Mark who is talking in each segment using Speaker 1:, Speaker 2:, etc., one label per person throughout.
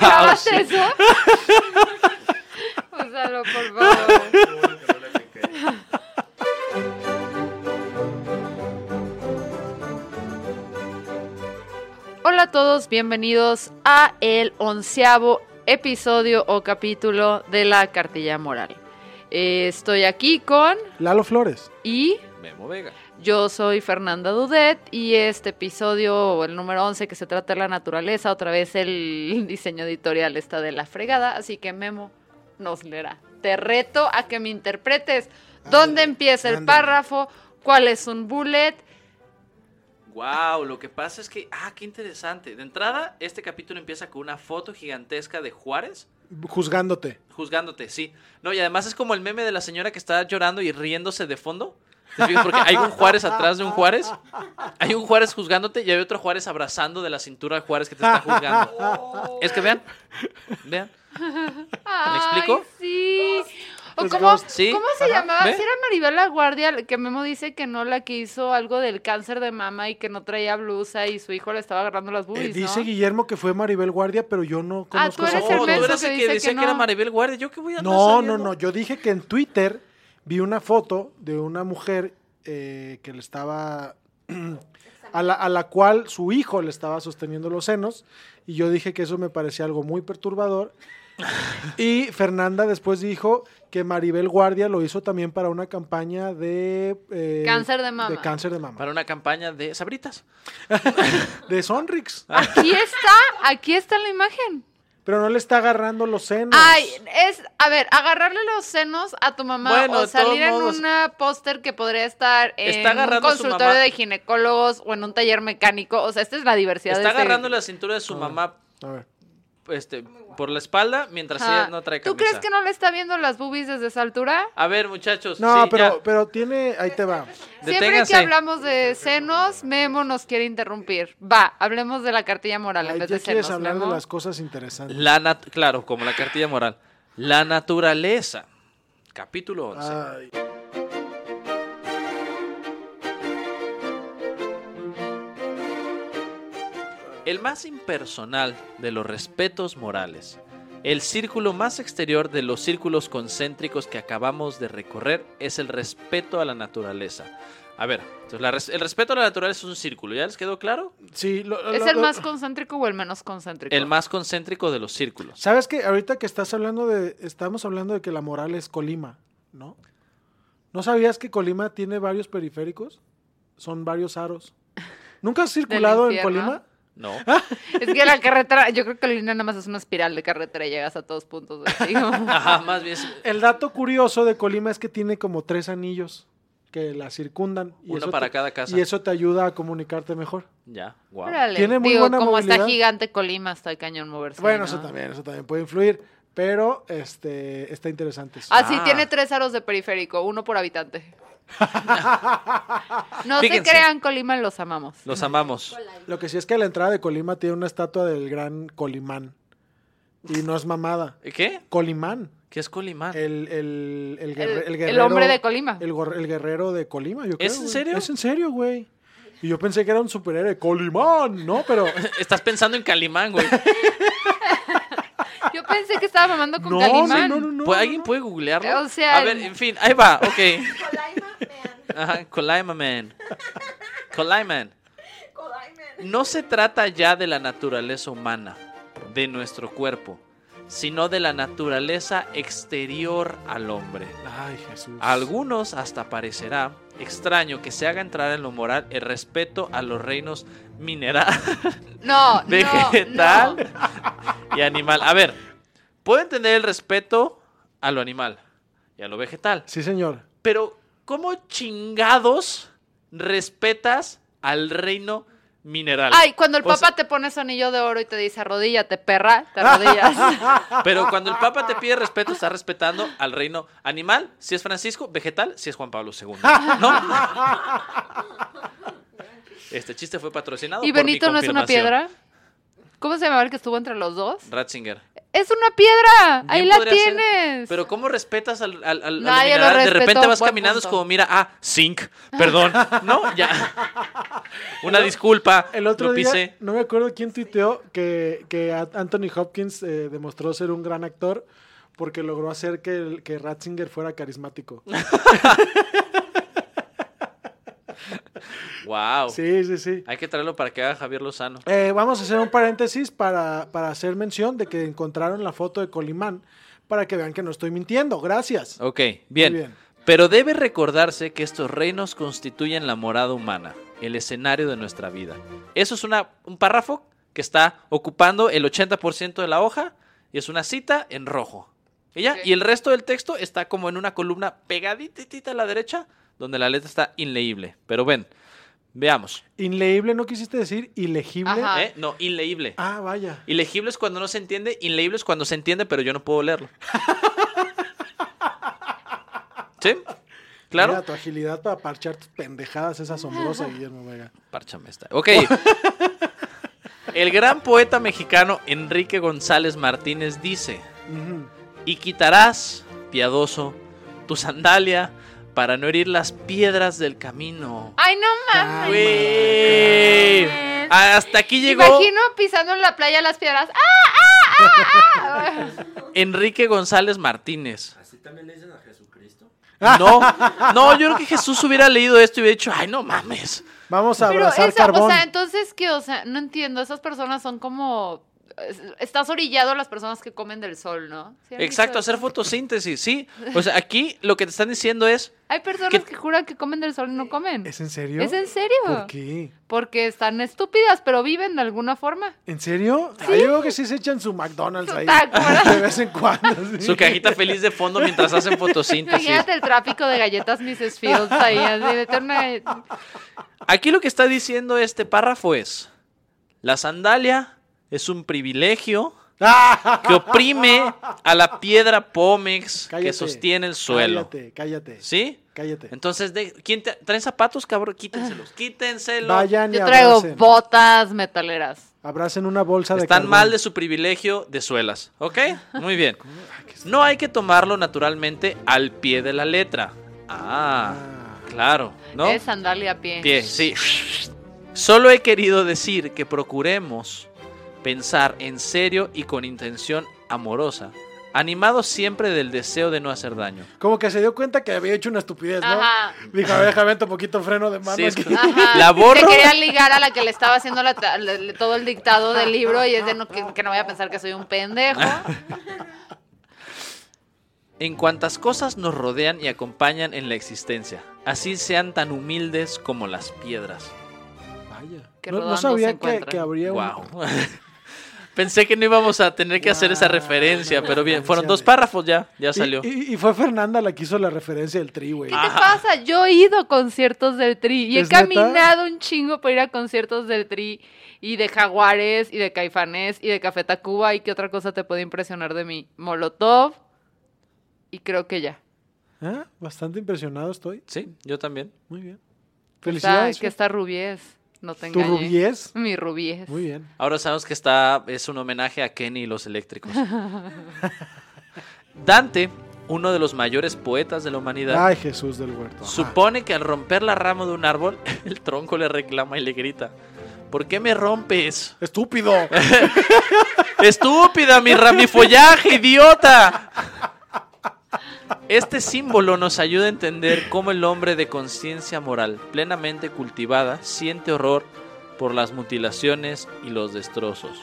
Speaker 1: ¿Grabas eso? Úsalo, por favor. Hola a todos, bienvenidos a el onceavo episodio o capítulo de la cartilla moral. Eh, estoy aquí con
Speaker 2: Lalo Flores.
Speaker 1: y
Speaker 3: Memo Vega.
Speaker 1: yo soy Fernanda Dudet y este episodio, el número 11, que se trata de la naturaleza, otra vez el diseño editorial está de la fregada, así que Memo nos leerá. Te reto a que me interpretes dónde empieza el
Speaker 2: ándale.
Speaker 1: párrafo, cuál es un bullet.
Speaker 3: Wow, lo que pasa es que, ah, qué interesante. De entrada, este capítulo empieza con una foto gigantesca de Juárez
Speaker 2: Juzgándote.
Speaker 3: juzgándote, sí. No, y además es como el meme de la señora que está llorando y riéndose de fondo. ¿Te fijas? Porque hay un Juárez atrás de un Juárez. Hay un Juárez juzgándote y hay otro Juárez abrazando de la cintura al Juárez que te está juzgando. Es que vean, vean.
Speaker 1: ¿Me
Speaker 3: explico?
Speaker 1: Sí. O
Speaker 2: Los
Speaker 1: cómo,
Speaker 2: ghosts.
Speaker 3: Sí.
Speaker 1: ¿Cómo se
Speaker 3: Ajá.
Speaker 1: llamaba?
Speaker 3: ¿Ve?
Speaker 1: Si era Maribel La Guardia, la que Memo dice que no, la que hizo algo del cáncer de mama y que no traía blusa y su hijo le estaba agarrando las
Speaker 2: Eh,
Speaker 1: boobies, ¿no?
Speaker 2: dice Guillermo que fue Maribel Guardia, pero yo no
Speaker 1: Ah,
Speaker 2: conozco
Speaker 1: tú eres
Speaker 2: esa
Speaker 3: Pues, oh, No,
Speaker 1: el
Speaker 2: foto.
Speaker 3: tú
Speaker 1: menso que
Speaker 3: eres el que
Speaker 1: dice
Speaker 3: decía
Speaker 1: que
Speaker 3: que, era
Speaker 1: no.
Speaker 3: Maribel Guardia. ¿Yo qué voy a andar
Speaker 2: No, no,
Speaker 3: sabiendo?
Speaker 2: no. Yo dije que en Twitter vi una foto de una mujer eh, que le estaba. A la, a la cual su hijo le estaba sosteniendo los senos. Y yo dije que eso me parecía algo muy perturbador. Y Fernanda después dijo que Maribel Guardia lo hizo también para una campaña de. eh,
Speaker 1: Cáncer de mama.
Speaker 2: De cáncer de mama.
Speaker 3: Para una campaña de sabritas.
Speaker 2: De Sonrix.
Speaker 3: Ah.
Speaker 1: Aquí está, aquí está la imagen.
Speaker 2: Pero no le está agarrando los senos.
Speaker 1: Ay, es, a ver, agarrarle los senos a tu mamá
Speaker 3: Bueno,
Speaker 1: o
Speaker 3: de
Speaker 1: salir
Speaker 3: todos
Speaker 1: en
Speaker 3: modos.
Speaker 1: una póster que podría estar en
Speaker 3: Está
Speaker 1: un
Speaker 3: agarrando a su
Speaker 1: consultorio
Speaker 3: mamá.
Speaker 1: de ginecólogos o en un taller mecánico. O sea, esta es la diversidad
Speaker 3: Está
Speaker 1: de este-
Speaker 3: agarrando la cintura de su
Speaker 2: Ah.
Speaker 3: mamá
Speaker 2: A ver.
Speaker 3: este, por la espalda mientras
Speaker 1: Ajá.
Speaker 3: ella no trae camisa.
Speaker 1: ¿Tú crees que no le está viendo las boobies desde esa altura?
Speaker 3: A ver, muchachos.
Speaker 2: No,
Speaker 3: sí,
Speaker 2: pero,
Speaker 3: ya,
Speaker 2: pero tiene. Ahí te va.
Speaker 1: Siempre que
Speaker 3: deténganse.
Speaker 1: hablamos de senos, Memo nos quiere interrumpir. Va, hablemos de la cartilla moral en
Speaker 2: Ay,
Speaker 1: vez
Speaker 2: ya
Speaker 1: de
Speaker 2: quieres
Speaker 1: senos.
Speaker 2: hablar de
Speaker 1: Memo.
Speaker 2: las cosas interesantes.
Speaker 3: La nat- claro, como la cartilla moral. La naturaleza. Capítulo 11.
Speaker 2: Ay.
Speaker 3: El más impersonal de los respetos morales. El círculo más exterior de los círculos concéntricos que acabamos de recorrer es el respeto a la naturaleza. A ver, entonces, la res- el respeto a la naturaleza es un círculo, ¿ya les quedó claro?
Speaker 2: Sí, lo- lo-
Speaker 1: ¿Es el
Speaker 2: lo-
Speaker 1: más concéntrico o el menos concéntrico?
Speaker 3: El más concéntrico de los círculos.
Speaker 2: ¿Sabes que ahorita que estás hablando de. Estamos hablando de que la moral es Colima, ¿no? ¿No sabías que Colima tiene varios periféricos? Son varios aros. ¿Nunca has circulado en
Speaker 1: infierno?
Speaker 2: Colima?
Speaker 3: No.
Speaker 1: Es que la carretera, yo creo que la línea nada más es una espiral de carretera y llegas a todos puntos. de tiro.
Speaker 3: Ajá, más bien es
Speaker 2: El dato curioso de Colima es que tiene como tres anillos que la circundan. y
Speaker 3: uno
Speaker 2: eso
Speaker 3: para
Speaker 2: te-
Speaker 3: cada casa.
Speaker 2: Y eso te ayuda a comunicarte mejor.
Speaker 3: Ya, wow.
Speaker 1: Órale.
Speaker 2: Tiene muy
Speaker 1: Digo,
Speaker 2: buena
Speaker 1: como está
Speaker 2: movilidad.
Speaker 1: gigante Colima, está cañón moverse.
Speaker 2: Bueno,
Speaker 1: ¿no?
Speaker 2: eso también, eso también puede influir, pero este está interesante. eso.
Speaker 1: Ah, sí,
Speaker 3: Ah.
Speaker 1: tiene tres aros de periférico, uno por habitante. no
Speaker 3: Fíjense.
Speaker 1: se crean, Colima, los amamos.
Speaker 3: Los amamos.
Speaker 2: Lo que sí es que a la entrada de Colima tiene una estatua del gran Colimán. Y no es mamada.
Speaker 3: ¿Qué?
Speaker 2: Colimán,
Speaker 3: ¿Qué es Colimán?
Speaker 2: el, el, el, guerre-
Speaker 1: El-
Speaker 2: el
Speaker 1: el
Speaker 2: guerrero.
Speaker 1: hombre de Colima.
Speaker 2: El, gor- el guerrero de Colima, yo creo.
Speaker 3: en
Speaker 2: güey.
Speaker 3: serio?
Speaker 2: Es en serio, güey. Y yo pensé que era un superhéroe. Colimán, ¿no? Pero.
Speaker 3: Estás pensando en Calimán, güey.
Speaker 1: Yo pensé que estaba mamando con
Speaker 2: No, sí,
Speaker 1: Calimán.
Speaker 2: no, no, no.
Speaker 3: ¿Pu- ¿Alguien puede googlearlo?
Speaker 1: O sea,
Speaker 3: a ver,
Speaker 1: el-
Speaker 3: en fin, ahí va, ok. Ajá, Colaima Man. Colaiman. No se trata ya de la naturaleza humana, de nuestro cuerpo, sino de la naturaleza exterior al hombre.
Speaker 2: Ay, Jesús.
Speaker 3: A algunos hasta parecerá extraño que se haga entrar en lo moral el respeto a los reinos mineral,
Speaker 1: No, no,
Speaker 3: vegetal
Speaker 1: no.
Speaker 3: y animal. A ver, puedo entender el respeto a lo animal y a lo vegetal.
Speaker 2: Sí, señor.
Speaker 3: Pero, ¿cómo chingados respetas al reino mineral?
Speaker 1: Ay, cuando el
Speaker 3: O sea,
Speaker 1: papá te pone su anillo de oro y te dice arrodíllate, perra, te arrodillas.
Speaker 3: Pero cuando el Papa te pide respeto, está respetando al reino animal, si es Francisco, vegetal, si es Juan Pablo II. ¿No? Este chiste fue patrocinado.
Speaker 1: ¿Y
Speaker 3: por mi
Speaker 1: Benito no es una
Speaker 3: confirmación.
Speaker 1: piedra? ¿Cómo se llamaba el que estuvo entre los dos?
Speaker 3: Ratzinger.
Speaker 1: ¡Es una piedra! ¡Ahí
Speaker 3: Bien
Speaker 1: la
Speaker 3: podría ser,
Speaker 1: tienes!
Speaker 3: Pero ¿cómo respetas al, al, al- al
Speaker 1: Nadie lo
Speaker 3: mineral? De
Speaker 1: respetó,
Speaker 3: repente vas
Speaker 1: buen
Speaker 3: caminando, es
Speaker 1: punto.
Speaker 3: como, mira, ah, zinc, perdón. No, ya. Una disculpa.
Speaker 2: El otro
Speaker 3: lo
Speaker 2: día,
Speaker 3: pisé.
Speaker 2: no me acuerdo quién tuiteó que, que a- Anthony Hopkins eh, demostró ser un gran actor porque logró hacer que, el- que Ratzinger fuera carismático.
Speaker 3: Wow.
Speaker 2: Sí, sí, sí.
Speaker 3: Hay que traerlo para que haga Javier Lozano.
Speaker 2: Eh, vamos a hacer un paréntesis para, para hacer mención de que encontraron la foto de Colimán para que vean que no estoy mintiendo. Gracias.
Speaker 3: Ok, bien.
Speaker 2: bien.
Speaker 3: Pero debe recordarse que estos reinos constituyen la morada humana, el escenario de nuestra vida. Eso es una, un párrafo que está ocupando el 80% de la hoja y es una cita en rojo. Y ya,
Speaker 1: Ok.
Speaker 3: y el resto del texto está como en una columna pegaditita a la derecha, donde la letra está inleíble. Pero ven, veamos.
Speaker 2: Inleíble no quisiste decir ilegible.
Speaker 1: Ajá. Ah.
Speaker 3: ¿eh? No, inleíble.
Speaker 2: Ah, vaya.
Speaker 3: Ilegible es cuando no se entiende, inleíble es cuando se entiende, pero yo no puedo leerlo. ¿Sí? Claro.
Speaker 2: Mira, tu agilidad para parchar tus pendejadas es asombrosa, Guillermo Vega.
Speaker 3: Párchame esta. Ok. El gran poeta mexicano Enrique González Martínez dice:
Speaker 2: Ujú.
Speaker 3: Y quitarás, piadoso, tu sandalia para no herir las piedras del camino.
Speaker 1: ¡Ay, no mames!
Speaker 3: Güey.
Speaker 1: mames.
Speaker 3: Hasta aquí llegó
Speaker 1: Imagino pisando en la playa las piedras. ¡Ah, ah, ah! ah!
Speaker 3: Enrique González Martínez.
Speaker 4: ¿Así también le dicen a Jesucristo?
Speaker 3: No, no, yo creo que Jesús hubiera leído esto y hubiera dicho: Ay, no mames.
Speaker 2: Vamos a
Speaker 1: Pero
Speaker 2: abrazar
Speaker 1: esa-
Speaker 2: carbón.
Speaker 1: o sea, entonces que, o sea, no entiendo, esas personas son como es- estás orillado a las personas que comen del sol, ¿no? ¿Sí han
Speaker 3: Exacto,
Speaker 1: visto
Speaker 3: hacer
Speaker 1: eso?
Speaker 3: fotosíntesis, sí. O sea, aquí lo que te están diciendo es:
Speaker 1: Hay personas
Speaker 3: que-
Speaker 1: que juran que comen del sol y no comen.
Speaker 2: ¿Es en serio?
Speaker 1: ¿Es en serio?
Speaker 2: ¿Por qué?
Speaker 1: Porque están estúpidas, pero viven de alguna forma.
Speaker 2: ¿En serio? Ah, yo creo que sí se echan su McDonald's ahí.
Speaker 1: taco, ¿verdad?
Speaker 2: De vez en cuando. sí.
Speaker 3: Su cajita feliz de fondo mientras hacen fotosíntesis.
Speaker 1: Imagínate el tráfico de galletas Mrs. Fields ahí, así de eterna-
Speaker 3: Aquí lo que está diciendo este párrafo es, la sandalia es un privilegio
Speaker 2: Ah,
Speaker 3: que oprime a la piedra pómex
Speaker 2: Cállate,
Speaker 3: que sostiene el suelo.
Speaker 2: Cállate, cállate.
Speaker 3: ¿Sí?
Speaker 2: Cállate.
Speaker 3: Entonces, de- ¿quién te- traen zapatos, cabrón? Quítenselos, quítenselos.
Speaker 2: Vayan y
Speaker 1: Yo traigo
Speaker 2: abracen.
Speaker 1: botas metaleras.
Speaker 2: Abracen una bolsa de
Speaker 3: Están
Speaker 2: carbón.
Speaker 3: mal de su privilegio de suelas, ¿ok? Muy bien. No hay que tomarlo naturalmente al pie de la letra. Ah, claro, ¿no?
Speaker 1: Es sandalia a pie.
Speaker 3: Pie, sí. Solo he querido decir que procuremos pensar en serio y con intención amorosa, animados siempre del deseo de no hacer daño.
Speaker 2: Como que se dio cuenta que había hecho una estupidez, ¿no?
Speaker 1: Ajá.
Speaker 2: Dijo, a ver, déjame un poquito freno de mano.
Speaker 3: Sí, es
Speaker 2: aquí.
Speaker 3: correcto.
Speaker 1: Ajá,
Speaker 3: La borro.
Speaker 1: Que quería ligar a la que le estaba haciendo la ta- le- le- todo el dictado del libro y es de no, que, que no vaya a pensar que soy un pendejo.
Speaker 3: En cuantas cosas nos rodean y acompañan en la existencia, así sean tan humildes como las piedras.
Speaker 2: Vaya.
Speaker 1: Que
Speaker 2: no, no
Speaker 1: rodando se
Speaker 2: sabía que,
Speaker 1: encuentran.
Speaker 2: que habría un...
Speaker 3: Wow. Pensé que no íbamos a tener que hacer esa
Speaker 2: Guau,
Speaker 3: referencia,
Speaker 2: no,
Speaker 3: pero bien, fueron
Speaker 2: referencia
Speaker 3: dos
Speaker 2: de-
Speaker 3: párrafos ya, ya
Speaker 2: Y-
Speaker 3: salió.
Speaker 2: Y, y fue Fernanda la que hizo la referencia del tri, güey.
Speaker 1: ¿Qué te pasa? Yo he ido a conciertos del tri y he
Speaker 2: ¿Es neta?
Speaker 1: caminado un chingo para ir a conciertos del tri y de Jaguares y de Caifanés y de Café Tacuba y qué otra cosa te puede impresionar de mí. Molotov y creo que ya.
Speaker 2: Ah, Bastante impresionado estoy.
Speaker 3: Sí, yo también.
Speaker 2: Muy bien.
Speaker 1: Está,
Speaker 2: Felicidades.
Speaker 1: Pues
Speaker 2: ¿eh?
Speaker 1: que está Mm. Rubiés. No te
Speaker 2: ¿Tu
Speaker 1: engañes.
Speaker 2: rubiés?
Speaker 1: Mi Rubiés.
Speaker 2: Muy bien.
Speaker 3: Ahora sabemos que está, es un homenaje a Kenny y los eléctricos. Dante, uno de los mayores poetas de la humanidad,
Speaker 2: Ay, Jesús del huerto. Ajá.
Speaker 3: supone que al romper la rama de un árbol, el tronco le reclama y le grita, ¿por qué me rompes?
Speaker 2: Estúpido.
Speaker 3: Estúpida, mi ramifollaje, idiota. Este símbolo nos ayuda a entender cómo el hombre de conciencia moral plenamente cultivada siente horror por las mutilaciones y los destrozos.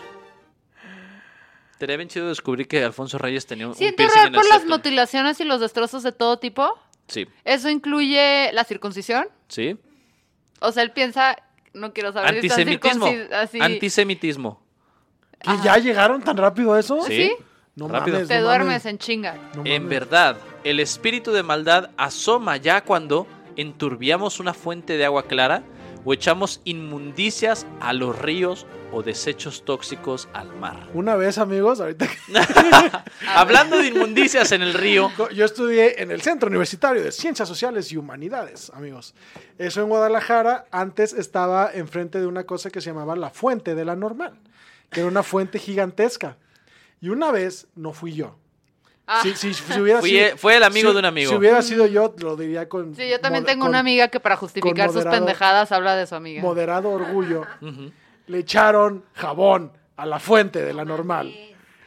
Speaker 3: Sería bien chido descubrir que Alfonso Reyes tenía un un
Speaker 1: ¿Siente
Speaker 3: piercing
Speaker 1: horror
Speaker 3: en el
Speaker 1: por las
Speaker 3: septum.
Speaker 1: mutilaciones y los destrozos de todo tipo?
Speaker 3: Sí,
Speaker 1: ¿Eso incluye la circuncisión?
Speaker 3: sí.
Speaker 1: O sea, él piensa, no quiero saber si está
Speaker 3: Antisemitismo.
Speaker 1: circuncis- así.
Speaker 3: Antisemitismo.
Speaker 2: ¿Que ya llegaron tan rápido a eso?
Speaker 3: Sí.
Speaker 1: ¿Sí?
Speaker 2: No
Speaker 3: Rápido.
Speaker 2: mames,
Speaker 1: Te
Speaker 2: no
Speaker 1: duermes eh.
Speaker 2: mames.
Speaker 1: en chinga.
Speaker 2: No
Speaker 3: En
Speaker 2: mames.
Speaker 3: verdad, El espíritu de maldad asoma ya cuando enturbiamos una fuente de agua clara o echamos inmundicias a los ríos o desechos tóxicos al mar.
Speaker 2: Una vez, amigos, ahorita que-
Speaker 3: Hablando de inmundicias en el río,
Speaker 2: yo estudié en el Centro Universitario de Ciencias Sociales y Humanidades, amigos. Eso en Guadalajara, antes estaba enfrente de una cosa que se llamaba la Fuente de la Normal, que era una fuente gigantesca. Y una vez no fui yo.
Speaker 1: Ah,
Speaker 2: Si, si- si hubiera
Speaker 3: Fui-
Speaker 2: sido-
Speaker 3: fue el amigo
Speaker 2: si-
Speaker 3: de un amigo.
Speaker 2: Si hubiera sido yo, lo diría con.
Speaker 1: Sí, yo también
Speaker 2: moder-
Speaker 1: tengo
Speaker 2: con
Speaker 1: una amiga que para justificar sus
Speaker 2: moderado-
Speaker 1: pendejadas habla de su amiga.
Speaker 2: Moderado orgullo. Le echaron jabón a la fuente de la normal.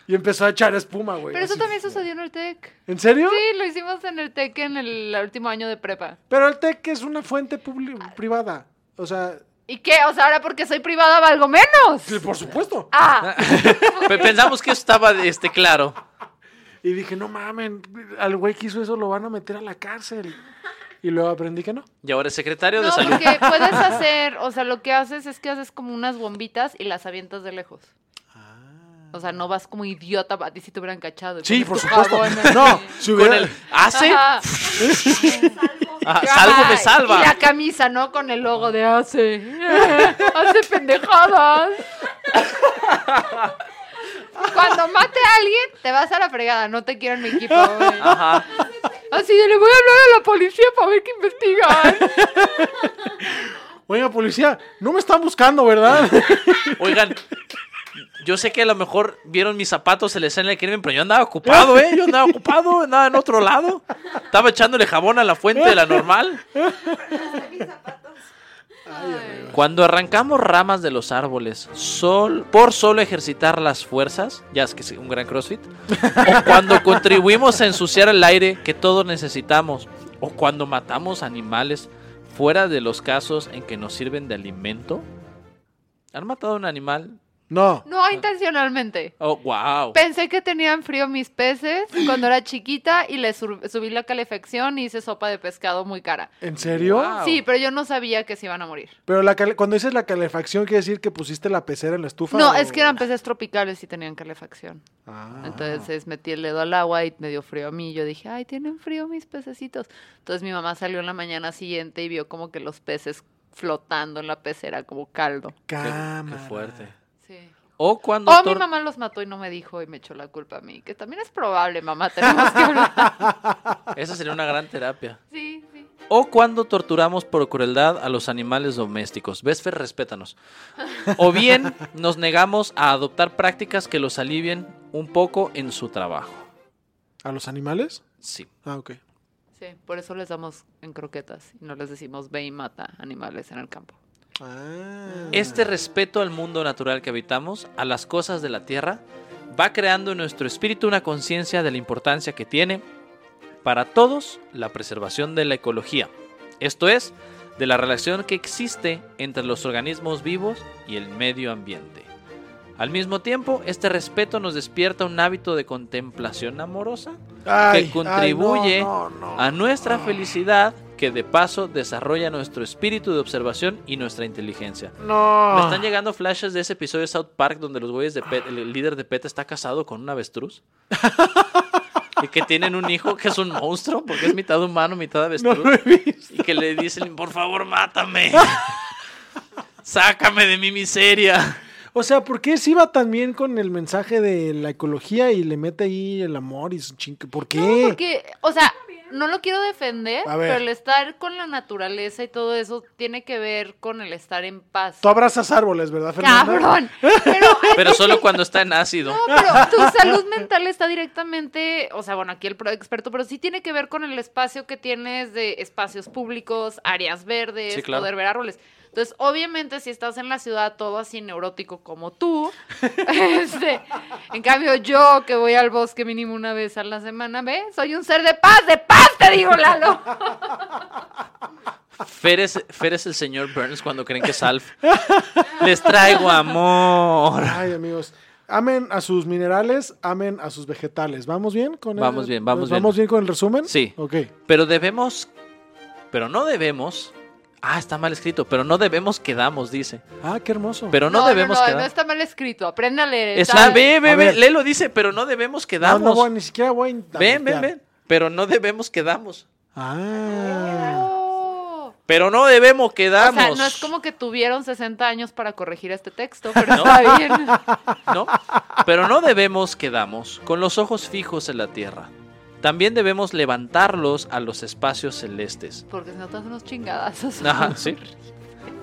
Speaker 2: Y empezó a echar espuma, güey.
Speaker 1: Pero eso
Speaker 2: así.
Speaker 1: también sucedió en el TEC.
Speaker 2: ¿En serio?
Speaker 1: Sí, lo hicimos en el TEC en el último año de prepa.
Speaker 2: Pero el TEC es una fuente publi- privada. O sea,
Speaker 1: ¿Y qué? O sea, ahora porque soy privada valgo menos.
Speaker 2: sí, por supuesto.
Speaker 1: Ah,
Speaker 3: pe- pensamos que estaba este, claro.
Speaker 2: Y dije, no mamen, al güey que hizo eso lo van a meter a la cárcel. Y luego aprendí que no.
Speaker 3: Y ahora es secretario de
Speaker 1: no,
Speaker 3: salud.
Speaker 1: porque puedes hacer, o sea, lo que haces es que haces como unas bombitas y las avientas de lejos. O sea, no vas como idiota, a ti si te hubieran cachado. y
Speaker 2: Ah. Sí, por
Speaker 1: pones tu
Speaker 2: supuesto.
Speaker 1: jabón así.
Speaker 2: No, si
Speaker 3: Con
Speaker 2: hubiera.
Speaker 3: el hace,
Speaker 1: Ajá.
Speaker 3: ah, salvo me
Speaker 1: Ay,
Speaker 3: salva.
Speaker 1: Y la camisa, ¿no? Con el logo de hace. hace pendejadas. Cuando mate a alguien, te vas a la fregada. No te quiero en mi equipo. güey.
Speaker 3: Ajá.
Speaker 1: Así de, le voy a hablar a la policía para ver qué investigan.
Speaker 2: Oiga, policía, no me están buscando, ¿verdad?
Speaker 3: Oigan, yo sé que a lo mejor vieron mis zapatos en la escena del crimen, pero yo andaba ocupado, ¿eh? Yo andaba ocupado, andaba en otro lado. Estaba echándole jabón a la fuente de la normal. Cuando arrancamos ramas de los árboles sol, por solo ejercitar las fuerzas, ya es que es un gran crossfit, o cuando contribuimos a ensuciar el aire que todos necesitamos, o cuando matamos animales fuera de los casos en que nos sirven de alimento. ¿Han matado a un animal?
Speaker 2: No.
Speaker 1: No, intencionalmente.
Speaker 3: Oh, wow.
Speaker 1: Pensé que tenían frío mis peces cuando era chiquita y les sur- subí la calefacción y hice sopa de pescado muy cara.
Speaker 2: ¿En serio?
Speaker 3: Wow.
Speaker 1: Sí, pero yo no sabía que se iban a morir.
Speaker 2: Pero la cale- cuando dices la calefacción, ¿quiere decir que pusiste la pecera en la estufa?
Speaker 1: No,
Speaker 2: o-
Speaker 1: es que eran peces tropicales y tenían calefacción.
Speaker 2: Ah.
Speaker 1: Entonces metí el dedo al agua y me dio frío a mí. Yo dije, ay, tienen frío mis pececitos. Entonces mi mamá salió en la mañana siguiente y vio como que los peces flotando en la pecera como caldo.
Speaker 3: Qué- Qué,
Speaker 2: Cámara.
Speaker 3: fuerte.
Speaker 1: Sí.
Speaker 3: O cuando...
Speaker 1: O Oh, mi
Speaker 3: tor-
Speaker 1: mamá los mató y no me dijo y me echó la culpa a mí, que también es probable, mamá, tenemos que hablar.
Speaker 3: Esa sería una gran terapia.
Speaker 1: Sí, sí.
Speaker 3: O cuando torturamos por crueldad a los animales domésticos. Vesfer, respétanos. O bien nos negamos a adoptar prácticas que los alivien un poco en su trabajo.
Speaker 2: ¿A los animales?
Speaker 3: Sí.
Speaker 2: Ah, ok.
Speaker 1: Sí, por eso les damos en croquetas y no les decimos ve y mata animales en el campo.
Speaker 2: Ah.
Speaker 3: Este respeto al mundo natural que habitamos, a las cosas de la tierra, va creando en nuestro espíritu una conciencia de la importancia que tiene para todos la preservación de la ecología. Esto es, de la relación que existe entre los organismos vivos y el medio ambiente. Al mismo tiempo, este respeto nos despierta un hábito de contemplación amorosa
Speaker 2: Ay, ay,
Speaker 3: que contribuye
Speaker 2: no, no, no.
Speaker 3: a nuestra felicidad, que de paso desarrolla nuestro espíritu de observación y nuestra inteligencia.
Speaker 2: No.
Speaker 3: Me están llegando flashes de ese episodio de South Park donde los güeyes de Pet, el el líder de Pet está casado con un avestruz. y que tienen un hijo que es un monstruo porque es mitad humano, mitad
Speaker 2: No
Speaker 3: avestruz.
Speaker 2: lo he visto.
Speaker 3: y que le dicen, por favor, mátame. Sácame de mi miseria.
Speaker 2: O sea, ¿por qué se iba tan bien con el mensaje de la ecología y le mete ahí el amor y su chinque? ¿Por qué?
Speaker 1: No, porque, o sea, no lo quiero defender,
Speaker 2: A ver.
Speaker 1: pero el estar con la naturaleza y todo eso tiene que ver con el estar en paz.
Speaker 2: Tú abrazas árboles, ¿verdad, Fernanda?
Speaker 1: ¡Cabrón! Pero,
Speaker 3: Pero solo cuando está en ácido.
Speaker 1: no, pero tu salud mental está directamente, o sea, bueno, aquí el pro- experto, pero sí tiene que ver con el espacio que tienes de espacios públicos, áreas verdes,
Speaker 3: Sí, claro.
Speaker 1: poder ver árboles. Entonces, obviamente, si estás en la ciudad todo así neurótico como tú, este, en cambio yo que voy al bosque mínimo una vez a la semana, ¿ves? Soy un ser de paz, de paz, te digo, Lalo.
Speaker 3: Fer es, Fer es el señor Burns cuando creen que es Alf. Les traigo amor.
Speaker 2: Ay, amigos. Amen a sus minerales, amen a sus vegetales. ¿Vamos bien con el-
Speaker 3: Vamos bien, vamos bien.
Speaker 2: ¿Vamos bien con el resumen?
Speaker 3: Sí.
Speaker 2: Ok.
Speaker 3: Pero debemos. Pero no debemos. Ah, está mal escrito. Pero no debemos quedamos, dice.
Speaker 2: Ah, qué hermoso.
Speaker 3: Pero no, debemos
Speaker 1: no, no,
Speaker 3: quedar.
Speaker 1: está mal escrito, aprende a leer.
Speaker 3: Está, ve, ve,
Speaker 2: A
Speaker 3: ve,
Speaker 2: ver.
Speaker 3: Lelo dice, pero no debemos
Speaker 2: no,
Speaker 3: quedamos.
Speaker 2: no voy, ni siquiera voy a
Speaker 3: ven, ven,
Speaker 2: investigar.
Speaker 3: ven. Pero no debemos quedamos.
Speaker 2: Ah.
Speaker 1: Oh.
Speaker 3: Pero no debemos
Speaker 1: O
Speaker 3: quedamos.
Speaker 1: sea, no es como que tuvieron 60 años para corregir este texto, pero
Speaker 3: No.
Speaker 1: está bien.
Speaker 3: ¿no? Pero no debemos quedamos con los ojos fijos en la tierra. También debemos levantarlos a los espacios celestes.
Speaker 1: Porque si no te hacen unos chingadazos.
Speaker 3: Ajá, sí.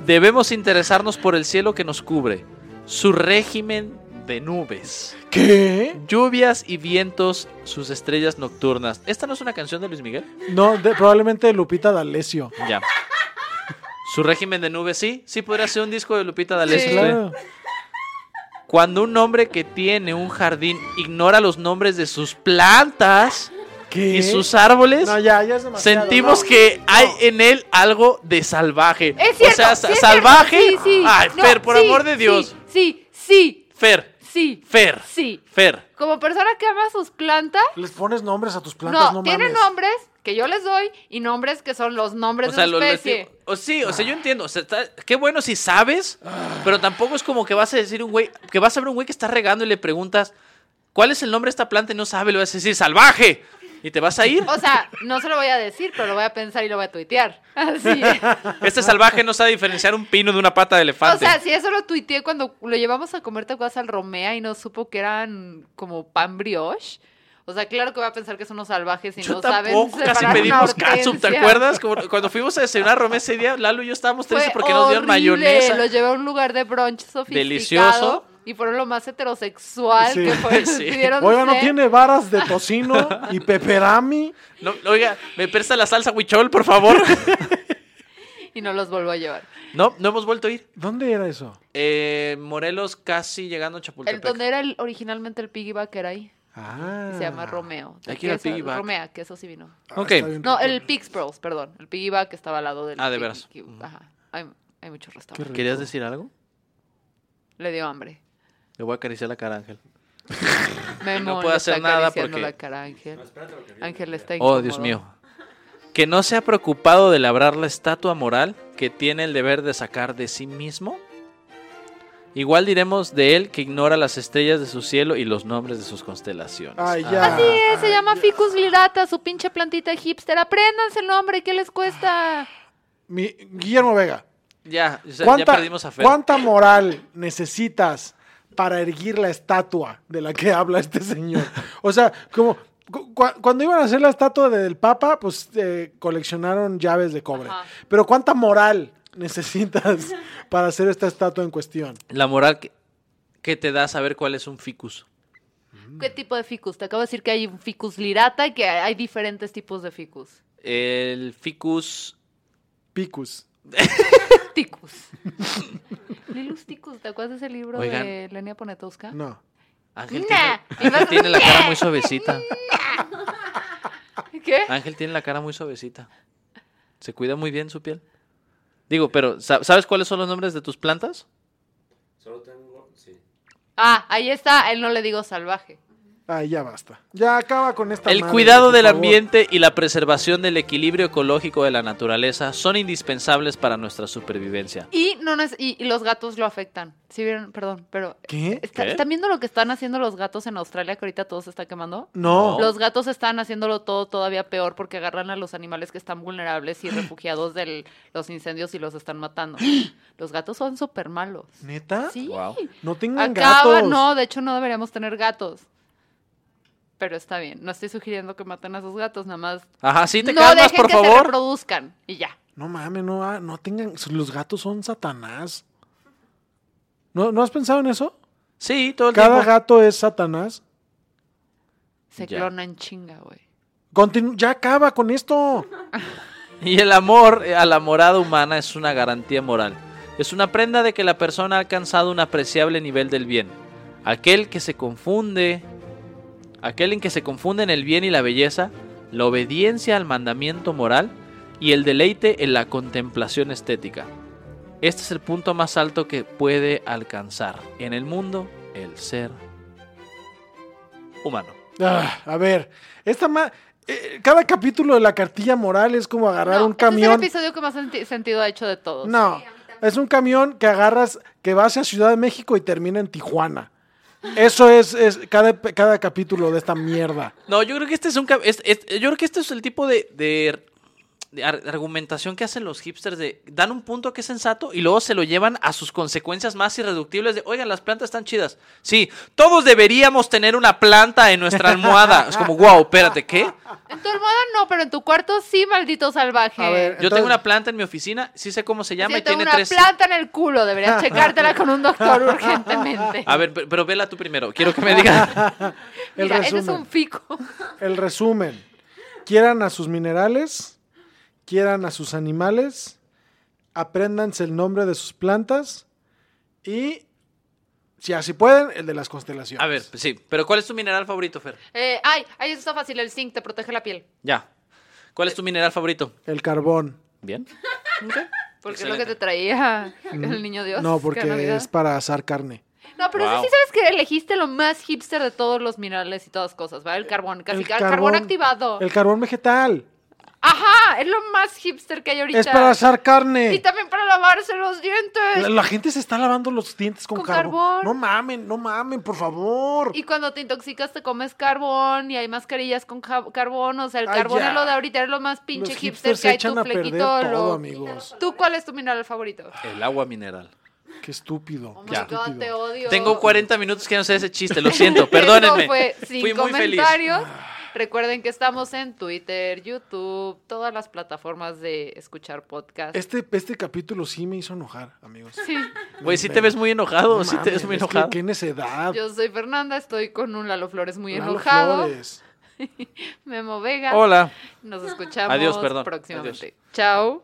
Speaker 3: Debemos interesarnos por el cielo que nos cubre, su régimen de nubes,
Speaker 2: ¿Qué?
Speaker 3: lluvias y vientos, sus estrellas nocturnas. ¿Esta no es una canción de Luis Miguel?
Speaker 2: No, de- probablemente Lupita D'Alessio.
Speaker 3: Ya. Su régimen de nubes, sí, sí podría ser un disco de Lupita D'Alessio.
Speaker 1: Sí.
Speaker 2: Claro.
Speaker 3: Cuando un hombre que tiene un jardín ignora los nombres de sus plantas
Speaker 2: ¿Qué?
Speaker 3: y sus árboles,
Speaker 2: No, ya, ya es demasiado.
Speaker 3: sentimos
Speaker 2: No.
Speaker 3: que hay en él algo de salvaje.
Speaker 1: Es cierto.
Speaker 3: o sea,
Speaker 1: sí
Speaker 3: sa-
Speaker 1: es
Speaker 3: salvaje.
Speaker 1: cierto, sí, sí.
Speaker 3: Ay,
Speaker 1: No,
Speaker 3: Fer, por
Speaker 1: sí,
Speaker 3: amor de
Speaker 1: sí,
Speaker 3: Dios.
Speaker 1: Sí, sí,
Speaker 3: Fer,
Speaker 1: sí.
Speaker 3: Fer,
Speaker 1: Sí.
Speaker 3: Fer.
Speaker 1: Como persona que ama sus plantas.
Speaker 2: Les pones nombres a tus plantas,
Speaker 1: No,
Speaker 2: no,
Speaker 1: tiene
Speaker 2: mames.
Speaker 1: nombres que yo les doy y nombres que son los nombres
Speaker 3: O sea,
Speaker 1: de
Speaker 3: lo-
Speaker 1: la
Speaker 3: lo-
Speaker 1: especie.
Speaker 3: o sí, o sea, yo entiendo. o sea, está- qué bueno si sabes, pero tampoco es como que vas a decir un güey, que vas a ver un güey que está regando y le preguntas, ¿cuál es el nombre de esta planta? Y no sabe, le vas a decir, salvaje. Y te vas a ir.
Speaker 1: O sea, no se lo voy a decir, pero lo voy a pensar y lo voy a tuitear. Así.
Speaker 3: Este salvaje no sabe diferenciar un pino de una pata de
Speaker 1: O
Speaker 3: elefante.
Speaker 1: sea, si eso lo tuiteé cuando lo llevamos a comer tacuas al Romea y no supo que eran como pan brioche. O sea, claro que voy a pensar que son unos salvajes y
Speaker 3: Yo
Speaker 1: no saben
Speaker 3: tampoco casi
Speaker 1: separar una
Speaker 3: pedimos catsup, ¿te
Speaker 1: hortensia.
Speaker 3: acuerdas? Como cuando fuimos a desayunar a Romé ese día, Lalo y yo estábamos
Speaker 1: Fue
Speaker 3: tristes porque nos dieron
Speaker 1: horrible,
Speaker 3: mayonesa.
Speaker 1: Lo llevé a un lugar de brunch sofisticado.
Speaker 3: Delicioso.
Speaker 1: Y fueron lo más heterosexual
Speaker 2: Sí.
Speaker 1: que fue.
Speaker 3: Sí.
Speaker 1: Pidieron
Speaker 2: Oiga, ¿no
Speaker 1: set.
Speaker 2: tiene varas de tocino y peperami?
Speaker 3: No, oiga, me presta la salsa huichol, por favor.
Speaker 1: Y no los vuelvo a llevar.
Speaker 3: no, no hemos vuelto a ir.
Speaker 2: ¿Dónde era eso?
Speaker 3: Eh, Morelos casi llegando a
Speaker 1: El
Speaker 3: Chapultepec.
Speaker 1: donde era el- originalmente el piggyback era ahí.
Speaker 2: Ah.
Speaker 1: y Se llama Romeo.
Speaker 3: Hay que ir al
Speaker 1: Queso-
Speaker 3: piggyback.
Speaker 1: Romea, que eso sí vino.
Speaker 2: Ah,
Speaker 3: Ok.
Speaker 2: está bien
Speaker 1: No,
Speaker 2: rico.
Speaker 1: el Pig's Pearls, perdón. El piggyback que estaba al lado del.
Speaker 3: Ah, de
Speaker 1: Piggy
Speaker 3: veras.
Speaker 1: Cube. Ajá. Hay, hay muchos restaurantes.
Speaker 3: ¿Querías decir algo?
Speaker 1: Le dio hambre.
Speaker 3: Le voy a acariciar la cara, Ángel.
Speaker 1: Memo
Speaker 3: puedo
Speaker 1: le
Speaker 3: hacer
Speaker 1: está
Speaker 3: nada
Speaker 1: acariciando
Speaker 3: porque-
Speaker 1: la cara a Ángel. Ángel está
Speaker 3: Oh, Dios
Speaker 1: incómodo.
Speaker 3: mío. Que no se ha preocupado de labrar la estatua moral que tiene el deber de sacar de sí mismo. Igual diremos de él que ignora las estrellas de su cielo y los nombres de sus constelaciones. Ah,
Speaker 2: Ay, ya.
Speaker 1: Ah, Sí, se llama Ficus lirata, su pinche plantita hipster. Apréndanse el nombre, ¿qué les cuesta?
Speaker 2: Mi- Guillermo Vega.
Speaker 3: Ya, o sea, ya
Speaker 2: ¿Cuánta,
Speaker 3: perdimos a Fer.
Speaker 2: cuánta moral necesitas para erguir la estatua de la que habla este señor? O sea, como cu- cu- cuando iban a hacer la estatua del Papa, pues eh, coleccionaron llaves de cobre.
Speaker 1: Ajá.
Speaker 2: Pero ¿cuánta moral necesitas para hacer esta estatua en cuestión?
Speaker 3: La moral que, que te da saber cuál es un ficus.
Speaker 1: ¿Qué tipo de ficus? Te acabo de decir que hay un ficus lirata y que hay diferentes tipos de ficus.
Speaker 3: El ficus.
Speaker 2: Picus.
Speaker 1: Ticus. Lilus Ticus, ¿te acuerdas de ese libro
Speaker 3: Oigan.
Speaker 1: de Lenia Poniatowska?
Speaker 2: No.
Speaker 3: Ángel
Speaker 1: Nah,
Speaker 3: tiene, Ángel
Speaker 1: ibas-
Speaker 3: tiene la cara muy suavecita.
Speaker 1: ¿Qué?
Speaker 3: Ángel tiene la cara muy suavecita. Se cuida muy bien su piel. Digo, pero ¿sa- ¿sabes cuáles son los nombres de tus plantas?
Speaker 4: Solo tengo. Sí.
Speaker 1: Ah, ahí está, él no le digo salvaje.
Speaker 2: Ay, ya basta. Ya acaba con esta
Speaker 3: El
Speaker 2: madre,
Speaker 3: cuidado
Speaker 2: por
Speaker 3: del
Speaker 2: favor.
Speaker 3: ambiente y la preservación del equilibrio ecológico de la naturaleza son indispensables para nuestra supervivencia.
Speaker 1: Y, no, nos- y, y los gatos lo afectan. ¿Sí vieron? Perdón, pero...
Speaker 2: ¿Qué?
Speaker 1: ¿está-
Speaker 3: ¿Qué?
Speaker 1: ¿Están viendo lo que están haciendo los gatos en Australia que ahorita todo se está quemando?
Speaker 2: No.
Speaker 1: Los gatos están haciéndolo todo todavía peor porque agarran a los animales que están vulnerables y refugiados de los incendios y los están matando. Los gatos son súper malos.
Speaker 2: ¿Neta?
Speaker 1: Sí.
Speaker 3: Wow.
Speaker 2: No tengan
Speaker 1: Acaba,
Speaker 2: gatos.
Speaker 1: no, de hecho no deberíamos tener gatos. Pero está bien, no estoy sugiriendo que maten a esos gatos, nada más.
Speaker 3: Ajá, sí, te
Speaker 1: no
Speaker 3: calmas,
Speaker 1: dejen
Speaker 3: por
Speaker 1: que se
Speaker 3: favor.
Speaker 1: reproduzcan y ya.
Speaker 2: No mames, no, ah, no tengan. Los gatos son Satanás. ¿No, ¿no has pensado en eso?
Speaker 3: Sí, todo el
Speaker 2: Cada
Speaker 3: tiempo.
Speaker 2: gato es Satanás.
Speaker 1: Se
Speaker 3: Ya.
Speaker 1: clonan chinga, güey.
Speaker 2: Continu- ya acaba con esto.
Speaker 3: Y el amor a la morada humana es una garantía moral. Es una prenda de que la persona ha alcanzado un apreciable nivel del bien. Aquel que se confunde, aquel en que se confunden el bien y la belleza, la obediencia al mandamiento moral y el deleite en la contemplación estética. Este es el punto más alto que puede alcanzar en el mundo el ser humano.
Speaker 2: Ah, a ver, esta ma- eh, cada capítulo de la cartilla moral es como agarrar
Speaker 1: No,
Speaker 2: un
Speaker 1: Este es
Speaker 2: camión.
Speaker 1: el episodio que más senti- sentido ha hecho de todos.
Speaker 2: No, es un camión que agarras, que va hacia Ciudad de México y termina en Tijuana. Eso es, es cada, cada capítulo de esta mierda.
Speaker 3: No, yo creo que este es un... cap- es- es- yo creo que este es el tipo de, de- de ar- argumentación que hacen los hipsters de... Dan un punto que es sensato y luego se lo llevan a sus consecuencias más irreductibles de... Oigan, las plantas están chidas. Sí, todos deberíamos tener una planta en nuestra almohada. Es como, wow, espérate, ¿qué?
Speaker 1: En tu almohada no, pero en tu cuarto sí, maldito salvaje.
Speaker 2: A ver,
Speaker 3: Yo
Speaker 2: Entonces-
Speaker 3: tengo una planta en mi oficina, sí sé cómo se llama
Speaker 1: Sí,
Speaker 3: y
Speaker 1: tengo
Speaker 3: tiene
Speaker 1: una
Speaker 3: tres...
Speaker 1: planta en el culo, deberías checártela con un doctor urgentemente.
Speaker 3: A ver, pe- pero vela tú primero. Quiero que me digas.
Speaker 2: El
Speaker 1: Mira, ese
Speaker 2: resumen.
Speaker 1: es un fico.
Speaker 2: El resumen. Quieran a sus minerales, quieran a sus animales, apréndanse el nombre de sus plantas y, si así pueden, el de las constelaciones.
Speaker 3: A ver, pues sí. Pero ¿cuál es tu mineral favorito, Fer?
Speaker 1: Eh, ay, ay, eso está fácil, el zinc te protege la piel.
Speaker 3: Ya. ¿Cuál es tu mineral favorito?
Speaker 2: El carbón.
Speaker 3: Bien.
Speaker 1: Porque es
Speaker 3: Excelente.
Speaker 1: lo que te traía el niño Dios.
Speaker 2: Mm, no,
Speaker 1: cada
Speaker 2: porque
Speaker 1: Navidad.
Speaker 2: es para asar carne.
Speaker 1: No, pero
Speaker 3: Wow.
Speaker 1: ese sí sabes que elegiste lo más hipster de todos los minerales y todas cosas, ¿va? El carbón, casi
Speaker 2: El
Speaker 1: el carbón, activado.
Speaker 2: El carbón vegetal.
Speaker 1: Ajá, es lo más hipster que hay ahorita.
Speaker 2: Es para asar
Speaker 1: Y
Speaker 2: carne.
Speaker 1: también para lavarse los dientes.
Speaker 2: La, la gente se está lavando los dientes con,
Speaker 1: Con
Speaker 2: carbón.
Speaker 1: carbón.
Speaker 2: No mamen, no mamen, por favor.
Speaker 1: Y cuando te intoxicas te comes carbón y hay mascarillas con ja- carbón. O sea, el
Speaker 2: Ay,
Speaker 1: carbón
Speaker 2: Ah, ya.
Speaker 1: es lo de ahorita, es lo más pinche
Speaker 2: Los
Speaker 1: hipster
Speaker 2: hipsters
Speaker 1: que hay
Speaker 2: echan
Speaker 1: tu
Speaker 2: a perder
Speaker 1: flequito.
Speaker 2: todo,
Speaker 1: lo-
Speaker 2: amigos.
Speaker 1: ¿Tú cuál es tu mineral favorito?
Speaker 3: El agua mineral.
Speaker 2: Qué estúpido.
Speaker 1: Oh
Speaker 2: qué
Speaker 1: my
Speaker 3: Ya.
Speaker 1: God, te
Speaker 2: estúpido.
Speaker 1: odio.
Speaker 3: Tengo 40 minutos que no sé ese chiste, lo siento,
Speaker 1: Eso
Speaker 3: perdónenme.
Speaker 1: fue sin
Speaker 3: Fui muy feliz.
Speaker 1: comentarios.
Speaker 2: Ah.
Speaker 1: Recuerden que estamos en Twitter, YouTube, todas las plataformas de escuchar podcast.
Speaker 2: Este, este capítulo sí me hizo enojar, amigos.
Speaker 1: Sí.
Speaker 3: Güey, si te ves muy enojado,
Speaker 2: No
Speaker 3: si Ah, te ves muy
Speaker 2: mames, es que
Speaker 3: enojado.
Speaker 2: Qué necedad.
Speaker 1: Yo soy Fernanda, estoy con un Lalo Flores muy
Speaker 2: Lalo
Speaker 1: enojado.
Speaker 2: Flores.
Speaker 1: Memo Vega.
Speaker 3: Hola.
Speaker 1: Nos escuchamos
Speaker 3: Adiós, perdón.
Speaker 1: próximamente. Chao.